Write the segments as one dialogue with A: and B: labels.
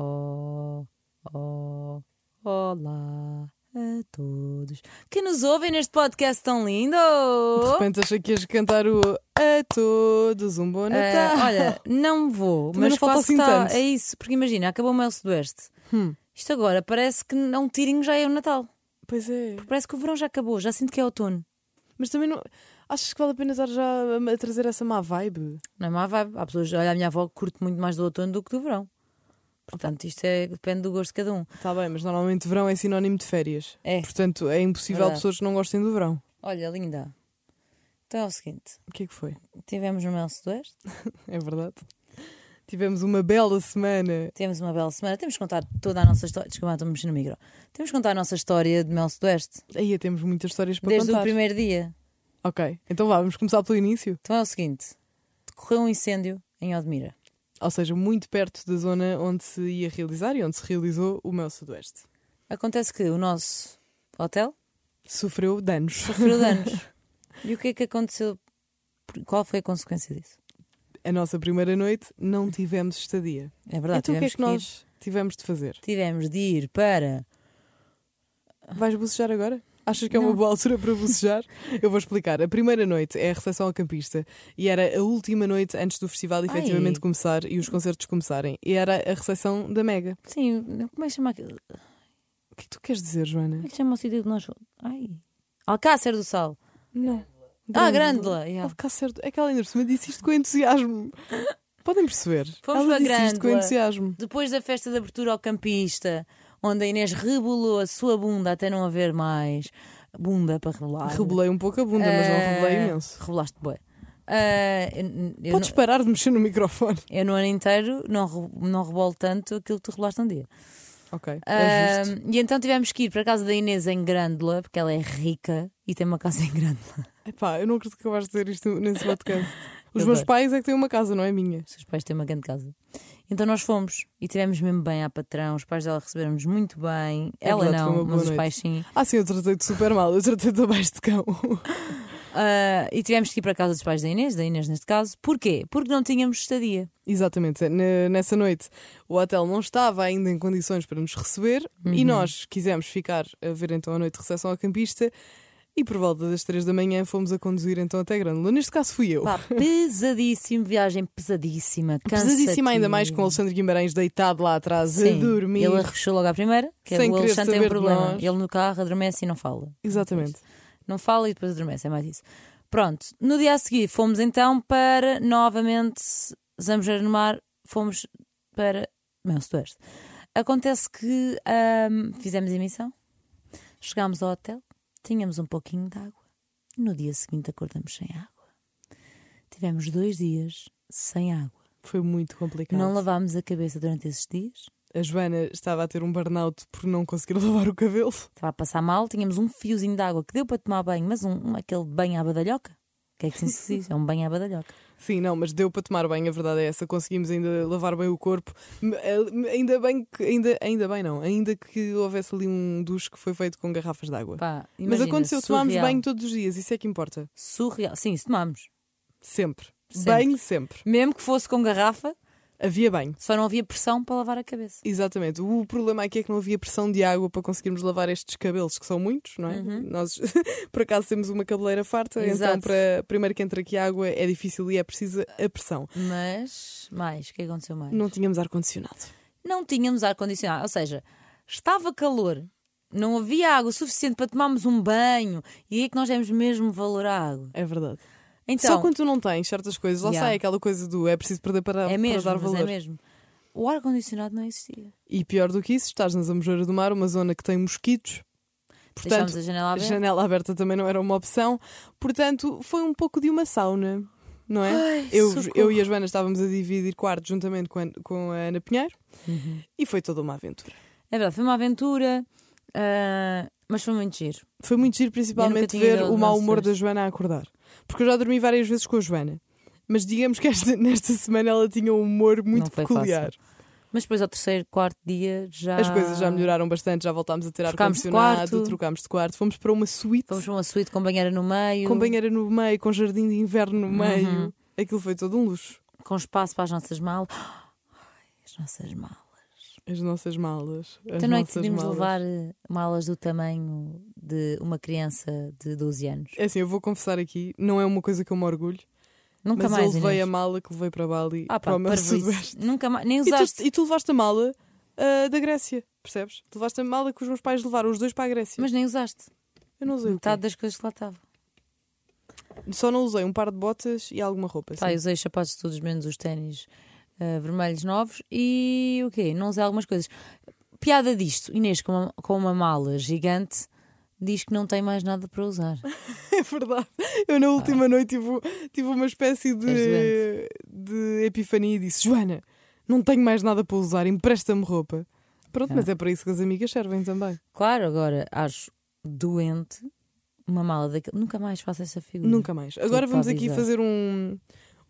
A: ó, ó, Oh, olá a todos que nos ouvem neste podcast tão lindo.
B: De repente achei que ias cantar o A todos um bom Natal.
A: Ah, olha, não vou,
B: Também
A: mas
B: não falta
A: quase
B: assim
A: que tá-
B: tanto.
A: É isso, porque imagina, acabou o Mel Sudoeste.
B: Hum.
A: Isto agora parece que é um tirinho já é o Natal.
B: Pois é.
A: Parece que o verão já acabou, já sinto que é outono.
B: Mas também não. Achas que vale a pena estar já a a trazer essa má vibe?
A: Não é má vibe. Há pessoas, olha, a minha avó curte muito mais do outono do que do verão. Portanto, isto é, depende do gosto de cada um.
B: Está Tá bem, mas normalmente verão é sinónimo de férias.
A: É.
B: Portanto, é impossível
A: Verdade.
B: pessoas que não gostem do verão.
A: Olha, linda. Então é o seguinte:
B: O que é que foi?
A: tivemos no Mel Sudoeste,
B: É verdade. Tivemos uma bela semana.
A: tivemos uma bela semana, temos que contar toda a nossa história. Desculpa, estou a mexer no micro. Temos que contar a nossa história de Mel Sudoeste,
B: Aí temos muitas histórias para
A: desde
B: contar.
A: o primeiro dia.
B: Ok, então vá, vamos começar pelo início.
A: Então é o seguinte: decorreu um incêndio em Odmira.
B: Ou seja, muito perto da zona onde se ia realizar e onde se realizou o Mel Sudoeste.
A: Acontece que o nosso hotel
B: Sofreu danos.
A: sofreu danos. e o que é que aconteceu? Qual foi a consequência disso?
B: A nossa primeira noite não tivemos estadia.
A: É verdade,
B: então o que é
A: tivemos
B: que, nós tivemos de fazer?
A: ir- tivemos de ir para
B: Vais bucejar agora? Achas que é uma
A: Ah. Não.
B: boa altura para bucejar? Eu vou explicar. A primeira noite é a recepção ao campista e era a última noite antes do festival efetivamente
A: Ai.
B: começar e os concertos começarem. E era a recepção da Mega.
A: Sim, não- como é que chama aquilo? Como
B: O que é que tu queres dizer, Joana?
A: é que chama o sítio de nós? Ai. Alcácer do Sal.
B: Não.
A: Ah, Grândola. yeah.
B: Alcácer. É que ela ainda por cima disse isto com entusiasmo. Podem perceber.
A: Fomos
B: ela
A: para
B: disse isto com
A: Grândola.
B: entusiasmo.
A: Depois da festa de abertura ao campista, onde a Inês rebolou a sua bunda até não haver mais bunda para rebolar. Eh,
B: Rebolei um pouco a bunda, mas não rebolei imenso.
A: Rebolaste bem. Ah, eu, eu
B: Podes parar de mexer no microfone.
A: não- eu no ano inteiro não, re- não rebolo tanto aquilo que tu rebolaste um dia.
B: Ok, é justo.
A: Ah, e então tivemos que ir para a casa da Inês em Grândola, porque ela é rica e tem uma casa em Grândola.
B: Epá, eu não acredito que acabaste de dizer isto nesse podcast. Os
A: Eu
B: meus
A: dei.
B: pais é que têm uma casa, não é minha.
A: Os seus pais têm uma grande casa. Então nós fomos e tivemos mesmo bem à patrão. Os pais dela receberam-nos muito bem.
B: É
A: Ela
B: verdade, foi
A: não,
B: uma boa
A: mas os
B: noite.
A: pais sim.
B: Ah, sim, eu tratei-te super mal, eu tratei-te abaixo de cão.
A: Ah, e tivemos que ir para a casa dos pais da Inês, da Inês neste caso. Porquê? Porque não tínhamos estadia.
B: Exatamente, é, ne- nessa noite o hotel não estava ainda em condições para nos receber
A: Uhum.
B: e nós quisemos ficar a ver então a noite de recepção ao campista e por volta das três da manhã fomos a conduzir então até Grândola. Neste caso fui eu.
A: Pá, pesadíssimo, viagem pesadíssima, cansativa.
B: Pesadíssima ainda mais com o Alexandre Guimarães deitado lá atrás
A: Sim,
B: a dormir.
A: Ele arrochou logo à primeira, que
B: Sem
A: o
B: querer
A: Alexandre tem um
B: saber de
A: problema.
B: nós.
A: Ele no carro adormece e não fala.
B: Exatamente.
A: Não fala e depois adormece, é mais isso. Pronto, no dia a seguir fomos então para novamente Zambujeira no Mar, fomos para Mão Sudoeste. Acontece que ahm, fizemos emissão, chegámos ao hotel, tínhamos um pouquinho de água, no dia seguinte acordamos sem água. Tivemos dois dias sem água.
B: Foi muito complicado.
A: Não lavámos a cabeça durante esses dias,
B: A Joana estava a ter um burnout por não conseguir lavar o cabelo.
A: estava a passar mal, tínhamos um fiozinho de água que deu para tomar banho, mas um, um- aquele banho à badalhoca. O que é que se diz? É um banho à badalhoca.
B: Sim, não, mas deu para tomar bem, a verdade é essa. Conseguimos ainda lavar bem o corpo. M- eh, Ainda bem que. Ainda, ainda bem, não. Ainda que houvesse ali um duche que foi feito com garrafas de água.
A: Pá,
B: mas
A: imagina,
B: aconteceu, tomámos
A: surreal.
B: banho todos os dias, isso é que importa.
A: Surreal. Sim, isso tomámos.
B: Sempre.
A: Sempre.
B: Banho sempre.
A: Mesmo que fosse com garrafa,
B: Havia banho.
A: só não havia pressão para lavar a cabeça.
B: Exatamente. O problema aqui é que não havia pressão de água para conseguirmos lavar estes cabelos, que são muitos, não é? Nós, por acaso, temos uma cabeleira farta, então,
A: Uhum. Exato.
B: para, primeiro que entra aqui água, é difícil e é precisa a pressão.
A: Mas, mais, o que é que aconteceu mais?
B: Não tínhamos ar-condicionado.
A: Não tínhamos ar-condicionado, ou seja, estava calor, não havia água suficiente para tomarmos um banho, e aí é que nós demos mesmo valor à água.
B: É verdade.
A: Então,
B: Só quando tu não tens certas coisas, lá
A: Yeah.
B: sai aquela coisa do é preciso perder para,
A: é mesmo,
B: para dar
A: mas
B: valor.
A: é mesmo. O ar-condicionado não existia.
B: E pior do que isso, estás na Zamojeira do Mar, uma zona que tem mosquitos.
A: Deixámos
B: Portanto,
A: a janela
B: a
A: aberta.
B: janela aberta também não era uma opção. Portanto, foi um pouco de uma sauna, não é?
A: Ai,
B: eu,
A: socorro.
B: eu e a Joana estávamos a dividir quarto juntamente com a, com a Ana Pinheiro
A: Uhum.
B: e foi toda uma aventura.
A: É verdade, foi uma aventura, ah, mas foi muito giro.
B: Foi muito giro, principalmente,
A: tinha
B: ver
A: ido ao
B: o mau
A: nosso
B: humor da
A: teste.
B: Joana a acordar. Porque eu já dormi várias vezes com a Joana. Mas digamos que esta- nesta semana ela tinha um humor muito
A: foi
B: peculiar.
A: Mas depois ao terceiro, quarto dia já.
B: As coisas já melhoraram bastante, já voltámos a ter
A: Ah. Trocámos de
B: ar-condicionado,
A: quarto.
B: trocámos de quarto, fomos para uma suíte
A: Fomos um- para uma suíte com banheira no meio,
B: com banheira no meio, com jardim de inverno
A: Uhum.
B: no meio. Aquilo foi todo um luxo.
A: com espaço para as nossas malas. Ai, As nossas malas. malas.
B: As nossas malas. as
A: Então não é que
B: nossas
A: decidimos
B: malas.
A: levar eh, malas do tamanho de uma criança de 12 anos.
B: É assim, eu vou confessar aqui, não é uma coisa que eu me orgulho,
A: Nunca
B: mas
A: mais.
B: eu levei
A: Inês.
B: a mala que levei para Bali
A: Ah, pá,
B: para o meu
A: parvoíce.
B: sudoeste.
A: Nunca mais. Nem
B: E
A: usaste.
B: tu, e tu levaste a mala ah, da Grécia, percebes? Tu levaste a mala que os meus pais levaram, os dois para a Grécia.
A: Mas nem usaste.
B: eu não usei. o quê?
A: Metade das coisas que lá estava.
B: Só não usei um par de botas e alguma roupa.
A: Pá,
B: sim.
A: eu usei os sapatos todos menos os ténis eh, vermelhos novos e o quê? Não usei algumas coisas. Piada disto, Inês com uma, com uma mala gigante diz que não tem mais nada para usar.
B: É verdade. Eu na última noite tive, tive uma espécie de,
A: Ah. doente.
B: de epifania e disse: Joana, não tenho mais nada para usar, empresta-me roupa. Pronto,
A: Ah.
B: mas é para isso que as amigas servem também.
A: Claro, agora acho doente uma mala daquele. Nunca mais faço essa figura.
B: Nunca mais. Agora
A: para
B: vamos aqui
A: avisar.
B: fazer um-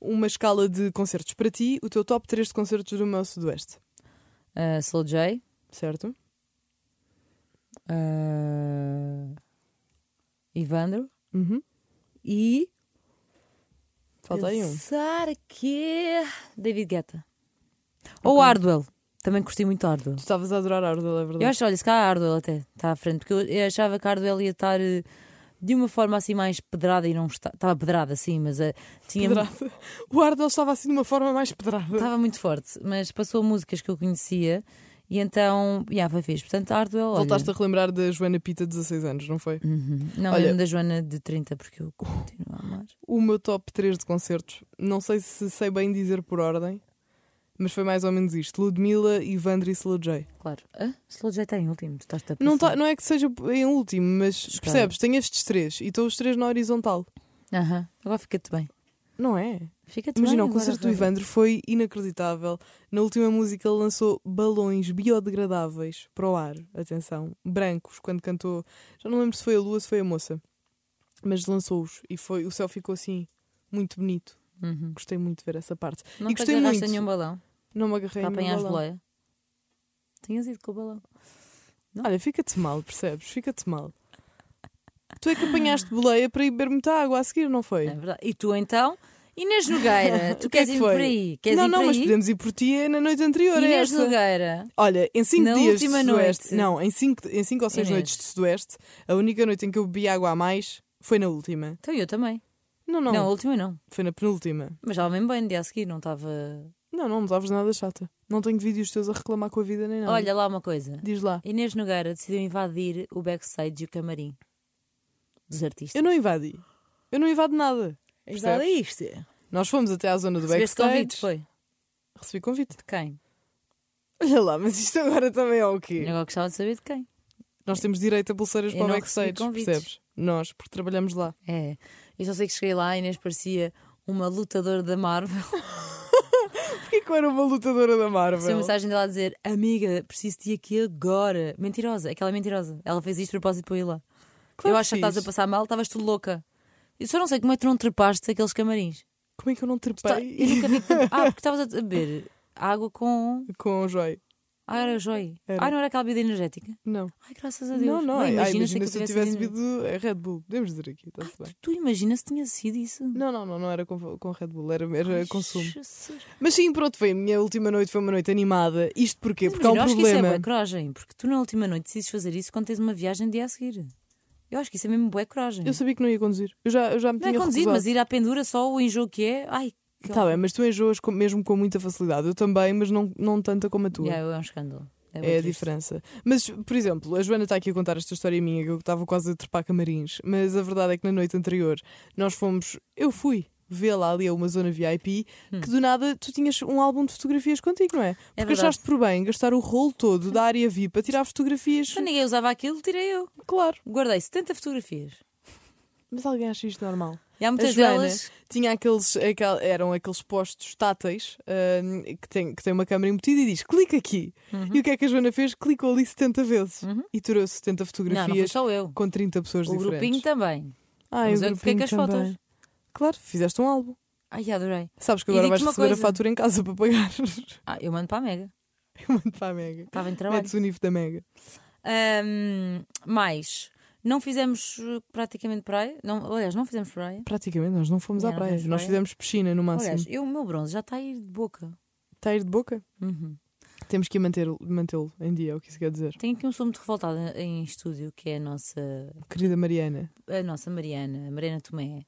B: uma escala de concertos para ti, o teu top 3 de concertos do meu Sudoeste,
A: Eh, Slow J.
B: certo?
A: eh, Ivandro.
B: Uhum.
A: E.
B: Falta aí um.
A: Pensar que. David Guetta. Ou
B: Ok.
A: Hardwell. Também curti muito Hardwell.
B: Tu estavas a adorar a Ardela, é verdade?
A: Eu acho, olha, se calhar a Hardwell até está à frente, porque eu, eu achava que a Hardwell ia estar eh, de uma forma assim mais pedrada e não está. Estava pedrada, sim, mas eh, tinha.
B: Pedrada. O Ardel estava assim de uma forma mais pedrada.
A: Estava muito forte, mas passou músicas que eu conhecia e então. Já, foi fixe. Portanto, a Hardwell. olha,
B: Voltaste a relembrar da Joana Pita, 16 anos, não foi?
A: Uhum. Não,
B: Olha-
A: lembro da Joana de 30, porque eu continuo a amar.
B: o meu top 3 de concertos. Não sei se sei bem dizer por ordem, mas foi mais ou menos isto: Ludmilla, Ivandro e Slow J.
A: Claro. Ah, Slow J está em último, tu estás a
B: Não, tá-
A: passar.
B: não é que seja em último, mas
A: Espera.
B: percebes? Tem estes três e estão os três na horizontal.
A: Aham. Agora fica-te bem.
B: Não é?
A: Fica-te bem.
B: Imagina, o
A: agora,
B: concerto do
A: Raul.
B: Ivandro foi inacreditável. Na última música ele lançou balões biodegradáveis para o ar, atenção, brancos, quando cantou. Já não lembro se foi a lua, se foi a moça, mas lançou-os e foi, o céu ficou assim, muito bonito.
A: Uhum.
B: Gostei muito de ver essa parte.
A: Não
B: e
A: te
B: gostei
A: agarraste a
B: muito.
A: nenhum balão
B: Não me agarrei
A: para
B: a nenhum
A: apanhar as
B: balão.
A: boleia. Tinhas ido com o balão.
B: Olha, fica-te mal, percebes? Fica-te mal. Tu é que apanhaste boleia para ir beber muita água a seguir, não foi?
A: É verdade. E tu então? Inês Nogueira, tu
B: O que é
A: queres
B: que
A: ir
B: foi?
A: por aí? Queres
B: não,
A: ir
B: não,
A: por
B: mas
A: aí?
B: podemos ir por ti na noite anterior. é
A: Inês
B: essa.
A: Nogueira.
B: Olha, em 5
A: Na
B: dias
A: última
B: de Sudoeste,
A: noite.
B: não, em 5 em cinco ou 6
A: Inês.
B: noites de Sudoeste, a única noite em que eu bebi água a mais foi na última.
A: Então eu também.
B: Não, não,
A: Não. a última não.
B: foi na penúltima.
A: Mas estava mesmo bem no dia a seguir, não estava.
B: Não, não me davas nada chata. Não tenho vídeos teus a reclamar com a vida nem nada.
A: Olha lá uma coisa.
B: Diz lá.
A: Inês Nogueira decidiu invadir o backstage e o camarim dos artistas.
B: Eu não invadi. Eu não invado nada.
A: Exato, é isto.
B: Nós fomos até à zona do
A: Recebeste
B: backstage.
A: convite, foi?
B: Recebi convite.
A: De quem?
B: Olha lá, mas isto agora também é o quê?
A: Eu agora gostava de saber de quem.
B: Nós temos direito a pulseiras
A: Eu
B: para o
A: não
B: backstage,
A: recebi convites.
B: percebes? Nós, porque trabalhamos lá.
A: É. Eu só sei que cheguei lá e Inês parecia uma lutadora da Marvel.
B: Porquê que eu era uma lutadora da
A: Recebi
B: Marvel?
A: uma mensagem dela a dizer: Amiga, preciso de ir aqui agora. Mentirosa, aquela é mentirosa. Ela fez isto de propósito para eu ir lá. eu
B: Claro é que
A: acho que
B: fiz.
A: estavas a passar mal, estavas tu louca. Eu só não sei como é que tu não trepaste aqueles camarins.
B: Como é que eu não
A: Tá-
B: trepei
A: eu nunca vi tanto- Ah, porque estavas a beber água com.
B: com o joio?
A: Ah, era joy.
B: Era.
A: Ah, não era aquela bebida energética?
B: Não.
A: Ai, graças a Deus.
B: Não, não.
A: Bem,
B: Ai,
A: imagina,
B: Ai, imagina,
A: se aquilo
B: se eu tivesse
A: sido-
B: bebido é Red Bull. Podemos dizer aqui, está-se bem.
A: Tu imagina se tinha sido isso?
B: Não, não, não, não era com, com Red Bull, era, era
A: Ai,
B: consumo.
A: Jesus.
B: Mas sim, pronto, foi a minha última noite, foi uma noite animada. Isto porquê? Porque há um
A: Imagina, eu acho que isso é
B: problema.
A: boa coragem, porque tu na última noite decides fazer isso quando tens uma viagem dia a seguir. Eu acho que isso é mesmo boa coragem.
B: Eu sabia que não ia conduzir. Eu já, eu já
A: não
B: me tinha
A: é conduzir,
B: recusado.
A: mas ir à pendura só o enjoo que é. Ai, que
B: Tá bem, mas tu enjoas com- mesmo com muita facilidade. Eu também, mas não, não tanta como a tua.
A: Yeah, é um escândalo. É, bué
B: É a
A: triste.
B: diferença. Mas, por exemplo, a Joana está aqui a contar esta história minha, que eu estava quase a trepar camarins, mas a verdade é que na noite anterior nós fomos, eu fui vê-la ali a uma zona VIP, que do nada tu tinhas um álbum de fotografias contigo, não Hum. é?
A: É
B: Porque
A: verdade.
B: achaste por bem gastar o rolo todo da área VIP a tirar fotografias.
A: Mas ninguém usava aquilo, tirei eu.
B: Claro,
A: Guardei 70 fotografias.
B: mas alguém acha isto normal?
A: E há
B: A
A: muitas
B: Joana
A: delas.
B: Tinha aqueles, aquel- eram aqueles postos táteis hum, que, tem, que tem uma câmera embutida e diz clica aqui. E o que é que a Joana fez? Clicou ali 70 vezes e tirou 70
A: Não, não fui
B: fotografias.
A: só eu.
B: com 30 pessoas
A: O
B: diferentes.
A: grupinho também.
B: Ah,
A: Mas
B: e o
A: eu que fiquei com as
B: grupinho
A: fotos.
B: também. Claro, fizeste um álbum.
A: Ai, adorei.
B: Sabes que
A: E
B: agora
A: digo-te
B: vais
A: uma
B: receber
A: coisa.
B: a fatura em casa para pagar.
A: Ah, eu mando para a Mega.
B: Eu mando para a Mega.
A: Estava em trabalho.
B: Metes o nível da Mega.
A: Ahm, mais, não fizemos eh, praticamente praia. Não, aliás, não fizemos praia.
B: Praticamente, nós não fomos
A: Não,
B: à
A: não é.
B: praia.
A: fomos
B: Nós
A: praia.
B: Ah, fizemos piscina no máximo.
A: Aliás, eu, o meu bronze já está a ir de boca.
B: Está a ir de boca?
A: Uhum.
B: Temos que mantê-lo mantê em dia, é o que isso quer dizer.
A: Tenho aqui um som muito revoltado em estúdio, que é a nossa,
B: Querida Mariana,
A: a nossa Mariana, a Mariana Tomé,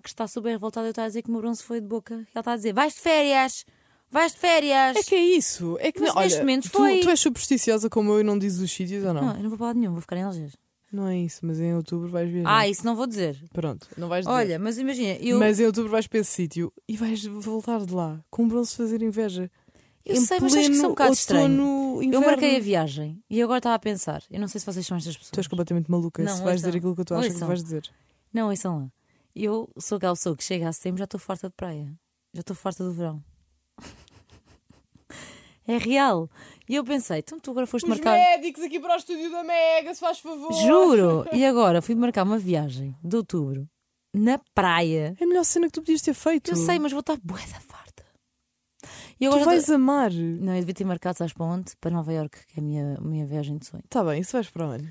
A: que está super revoltada. Eu estou a dizer que o meu bronze foi de boca. Ela está a dizer: vais de férias! Vais de férias!
B: é que é isso. É que
A: Mas
B: não- olha,
A: neste momento
B: tu,
A: foi.
B: tu és supersticiosa como eu e não dizes os sítios ou não?
A: Não, eu não vou para lado nenhum, vou ficar em Algés.
B: Não é isso, mas em outubro vais viajar.
A: Ah, isso não vou dizer.
B: Pronto, não vais dizer.
A: Olha, mas imagina, eu,
B: Mas em outubro vais para esse sítio e vais voltar de lá com o bronze fazer inveja.
A: eu
B: Em
A: sei, mas acho que isso é um
B: pleno
A: bocado estranho.
B: outono,
A: Eu
B: inverno.
A: marquei a viagem e agora estava a pensar. Eu não sei se vocês são estas pessoas.
B: Tu és completamente maluca
A: Não,
B: se vais
A: ouçam.
B: dizer aquilo que tu achas
A: Ouçam.
B: que vais dizer.
A: Não, ouçam lá. Eu sou aquela pessoa que chega a setembro já estou farta de praia. Já estou farta do verão. É real. E eu pensei, então tu agora foste marcar.
B: médicos aqui para o estúdio da Mega, se faz favor.
A: Juro! E agora fui marcar uma viagem de outubro na praia.
B: É a melhor cena que tu podias ter feito.
A: Eu sei, mas vou estar bué da farta. E
B: Tu
A: agora.
B: vais amar.
A: Não, eu devia ter marcado, sabes para onde? Para Nova Iorque, que é a minha, a minha viagem de sonho.
B: Está Tá bem, isso vais para onde?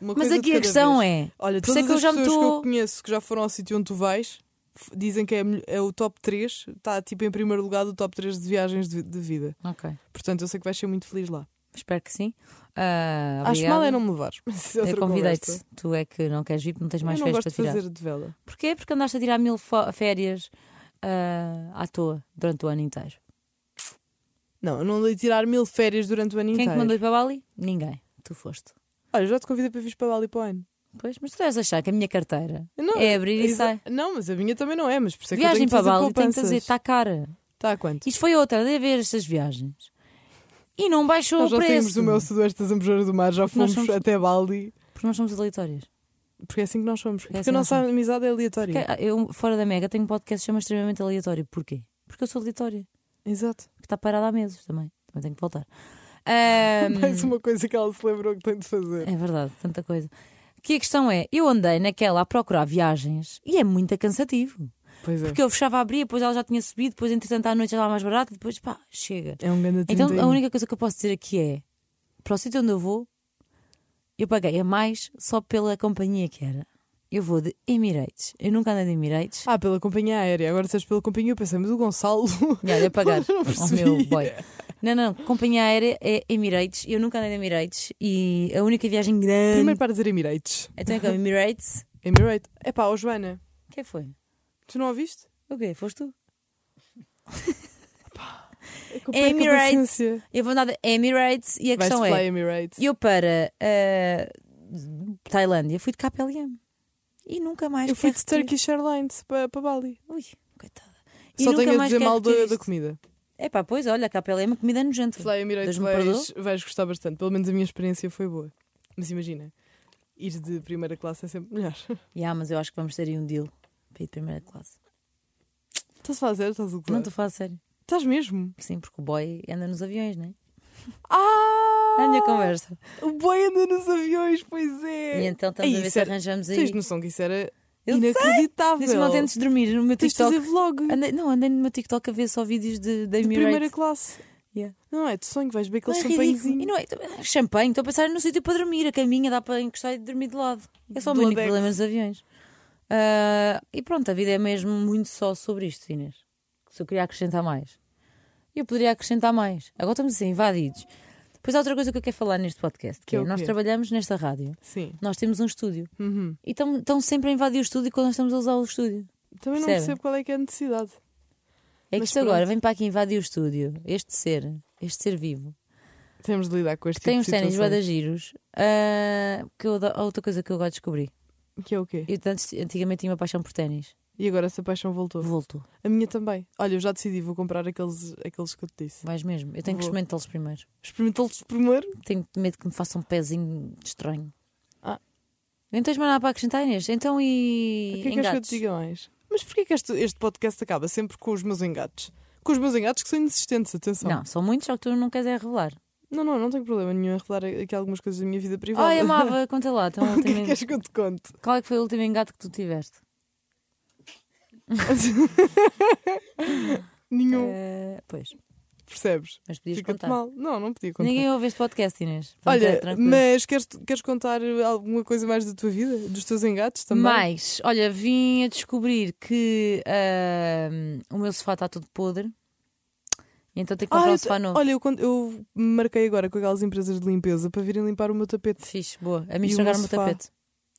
B: Uma
A: Mas
B: coisa de
A: aqui a
B: cada
A: questão
B: vez.
A: é.
B: Olha,
A: por isso
B: todas
A: é que eu
B: as
A: já me
B: pessoas que
A: tô-
B: eu conheço que já foram ao sítio onde tu vais f- dizem que é, a melho- é o top 3, está tipo em primeiro lugar do top 3 de viagens de, de vida.
A: Ok.
B: Portanto, eu sei que vais ser muito feliz lá.
A: Espero que sim. Ah,
B: Acho
A: obrigada.
B: mal é não me levares. mas isso é
A: Eu
B: outra
A: convidei-te.
B: conversa.
A: Tu é que não queres vir, porque não tens mais
B: eu não
A: férias
B: gosto
A: para
B: de
A: tirar.
B: fazer de vela.
A: Porquê? Porque andaste a tirar mil fo- férias ah, à toa durante o ano inteiro.
B: Não, eu não andei a tirar mil férias durante o ano
A: Quem é
B: inteiro.
A: que mandou ir para Bali? Ninguém. Tu foste.
B: Olha, eu já te convidei para vir para Bali para o ano.
A: Pois, mas tu deves achar que é a minha carteira
B: Eu Não,
A: é abrir e
B: exa-
A: sai.
B: Não, mas a minha também não é, mas por isso é que eu
A: Viagem
B: tenho que
A: para
B: fazer
A: Bali, tenho que
B: poupanças.
A: dizer, está cara.
B: Está a quanto?
A: Isto foi outra, deve haver estas viagens. E não baixou
B: Nós
A: o
B: já saímos
A: preço.
B: do meu sudoeste das Amoreiras do Mar, já fomos
A: somos-
B: até Bali.
A: Porque nós somos aleatórias.
B: Porque é assim que nós somos. Porque,
A: assim
B: a
A: nós
B: nossa amizade é aleatória.
A: Porque eu, fora da Mega, tenho um podcast que se chama Extremamente Aleatório. Porquê? Porque eu sou aleatória.
B: Exato.
A: que está parada há meses também. Também tenho que voltar. Ahm,
B: É Mais uma coisa que ela se lembrou que tem de fazer.
A: Hum. é verdade, tanta coisa. Que a questão é, eu andei naquela a procurar viagens e é muito cansativo.
B: Pois é.
A: Porque eu fechava a abrir, depois ela já tinha subido, depois entretanto à noite já estava mais barata, depois pá, chega.
B: É um grande
A: Então
B: atendente.
A: a única coisa que eu posso dizer aqui é, para o sítio onde eu vou, eu paguei a mais só pela companhia que era. Eu vou de Emirates. Eu nunca andei de Emirates.
B: Ah, pela companhia aérea. Agora disseste pela companhia, eu pensei, mas o Gonçalo.
A: E olha, pagar
B: Não
A: ao
B: percebi.
A: meu boy. Não, não, companhia aérea é Emirates. Eu nunca andei de Emirates e a única viagem grande.
B: Primeiro para dizer Emirates.
A: Então é que é o Emirates.
B: Emirates. Epá, ó Joana,
A: Quem foi?
B: tu não a viste?
A: O quê? Foste tu?
B: É que eu perco a
A: Emirates.
B: paciência.
A: Eu vou andar de é Emirates e a
B: Vais
A: questão
B: falar
A: é:
B: Emirates.
A: eu para ah, Tailândia fui de KPLM e nunca mais
B: Eu fui de
A: quero repetir.
B: Turkish Airlines para, para Bali.
A: Ui, coitada. E
B: Só
A: nunca
B: tenho a
A: mais
B: dizer
A: quero
B: mal da,
A: repetir
B: da
A: isto.
B: comida.
A: É pá, pois olha, KPLM é comida nojenta.
B: Fly
A: Deus
B: Emirates
A: me
B: vais, vais gostar bastante. Pelo menos a minha experiência foi boa. Mas imagina, ir de primeira classe é sempre melhor.
A: Yeah, mas eu acho que vamos ter aí um deal para ir de primeira classe.
B: Estás a fazer? Estás a
A: Não
B: gozar?
A: estou a falar a sério.
B: Estás mesmo?
A: Sim, porque o boy anda nos aviões, não é?
B: Ah!
A: É a minha conversa.
B: O boi anda nos aviões, pois é.
A: E então estamos
B: Aí,
A: a ver se
B: sério,
A: arranjamos aí.
B: Tens noção que isso era
A: Eu sei.
B: inacreditável.
A: Disse-me ontem antes de dormir no meu
B: Tens de fazer
A: TikTok.
B: vlog de
A: Andei- não, andei no meu TikTok a ver só vídeos de, da Emirates.
B: primeira classe.
A: Yeah.
B: Não é de sonho, vais beber
A: Não
B: aquele
A: é ridículo.
B: champanhezinho.
A: E não é, champanhe, estou a pensar no sítio para dormir. A caminha dá para encostar e dormir de lado. É só o
B: Do
A: meu único
B: Odex.
A: problema nos aviões. Ah, e pronto, a vida é mesmo muito só sobre isto, Inês. Se eu queria acrescentar mais, eu poderia acrescentar mais. Agora estamos assim, invadidos. Depois há outra coisa que eu quero falar neste podcast, que,
B: Que é
A: é,
B: o
A: nós
B: quê?
A: trabalhamos nesta rádio,
B: Sim.
A: nós temos um estúdio.
B: Uhum.
A: E estão estão sempre a invadir o estúdio quando nós estamos a usar o estúdio.
B: Também não
A: Percebem?
B: percebo qual é que é a necessidade.
A: É que
B: Mas
A: isto agora
B: pronto.
A: vem para aqui invadir o estúdio, este ser, este ser vivo,
B: Temos de lidar com este
A: que tem
B: tipo
A: uns
B: de
A: ténis
B: situação.
A: bada giros, ah, que eu adoro- há outra coisa que eu gosto de descobrir.
B: Que é o quê?
A: Eu antes- antigamente tinha uma paixão por ténis.
B: E agora essa paixão voltou.
A: Volto,
B: A minha também. Olha, eu já decidi, vou comprar aqueles, aqueles que eu te disse.
A: vais mesmo. Eu tenho que
B: Vou.
A: experimentá-los primeiro.
B: Experimentá-los primeiro.
A: Tenho medo que me faça um pezinho estranho.
B: Ah.
A: Não tens mais nada para acrescentar, Inês? Então
B: O
A: e.
B: que é que és que eu te
A: engates?
B: diga mais? Mas porquê que este, este podcast acaba sempre com os meus engates? Com os meus engates que são insistentes, atenção.
A: não, são muitos, só que tu não queres é revelar.
B: não, não, não tenho problema nenhum em revelar aqui algumas coisas da minha vida privada.
A: Ai, amava, conta lá. Então,
B: o que é que
A: último-
B: queres que eu te conte?
A: Qual é que foi o último engate que tu tiveste?
B: Nenhum,
A: Eh, pois,
B: percebes?
A: mas podias
B: Fica-te
A: contar.
B: mal. Não, não podia contar.
A: Ninguém ouve este podcast, Inês. Portanto, é
B: Olha,
A: tranquilo.
B: mas queres, queres contar alguma coisa mais da tua vida? Dos teus engates também?
A: Mas, olha, vim ah, a descobrir que ahm, o meu sofá está todo podre E então tem que
B: Ah,
A: comprar
B: eu
A: um
B: te-
A: sofá novo.
B: Olha, eu, quando- eu marquei agora com aquelas empresas de limpeza para virem limpar o meu tapete.
A: Fixe, boa. A mim
B: E o
A: estragaram o
B: meu
A: meu tapete.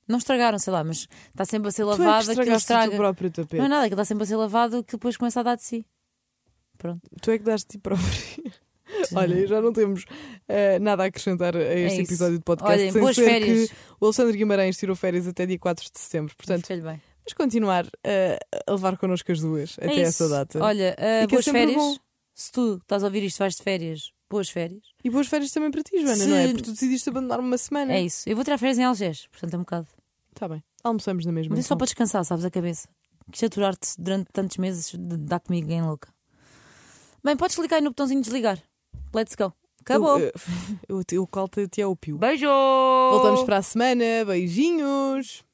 A: Não estragaram, sei lá, mas está sempre a ser
B: tu é que
A: lavado, aquilo
B: estragaste o teu
A: estraga.
B: próprio tapete.
A: Não é nada, aquilo está sempre a ser lavado, que depois começa a dar de si.
B: Tu é que daste ti próprio. Olha, já não temos eh, nada a acrescentar a este
A: É isso.
B: episódio de podcast.
A: Olhem,
B: sem
A: boas
B: ser
A: férias.
B: que o Alexandre Guimarães tirou férias até dia 4 de setembro. Portanto,
A: Fica-lhe bem.
B: vamos continuar eh, a levar connosco as duas
A: É
B: até
A: isso.
B: essa data.
A: Olha, ah,
B: E que é
A: boas
B: sempre
A: férias.
B: bom.
A: Se tu estás a ouvir isto, vais de férias. Boas férias.
B: E boas férias também para ti, Joana,
A: Se-
B: não é? Porque tu decidiste abandonar-me uma semana.
A: É isso. Eu vou tirar férias em Algés, portanto é um bocado.
B: Está bem. Almoçamos na mesma.
A: Mas é só
B: então.
A: para descansar, sabes, a cabeça. Que aturar-te durante tantos meses de- dá comigo em louca. Bem, podes clicar aí no botãozinho desligar. Let's go. Acabou.
B: Eu, eu, eu, eu calto-te ao é pio.
A: Beijo!
B: Voltamos para a semana. Beijinhos.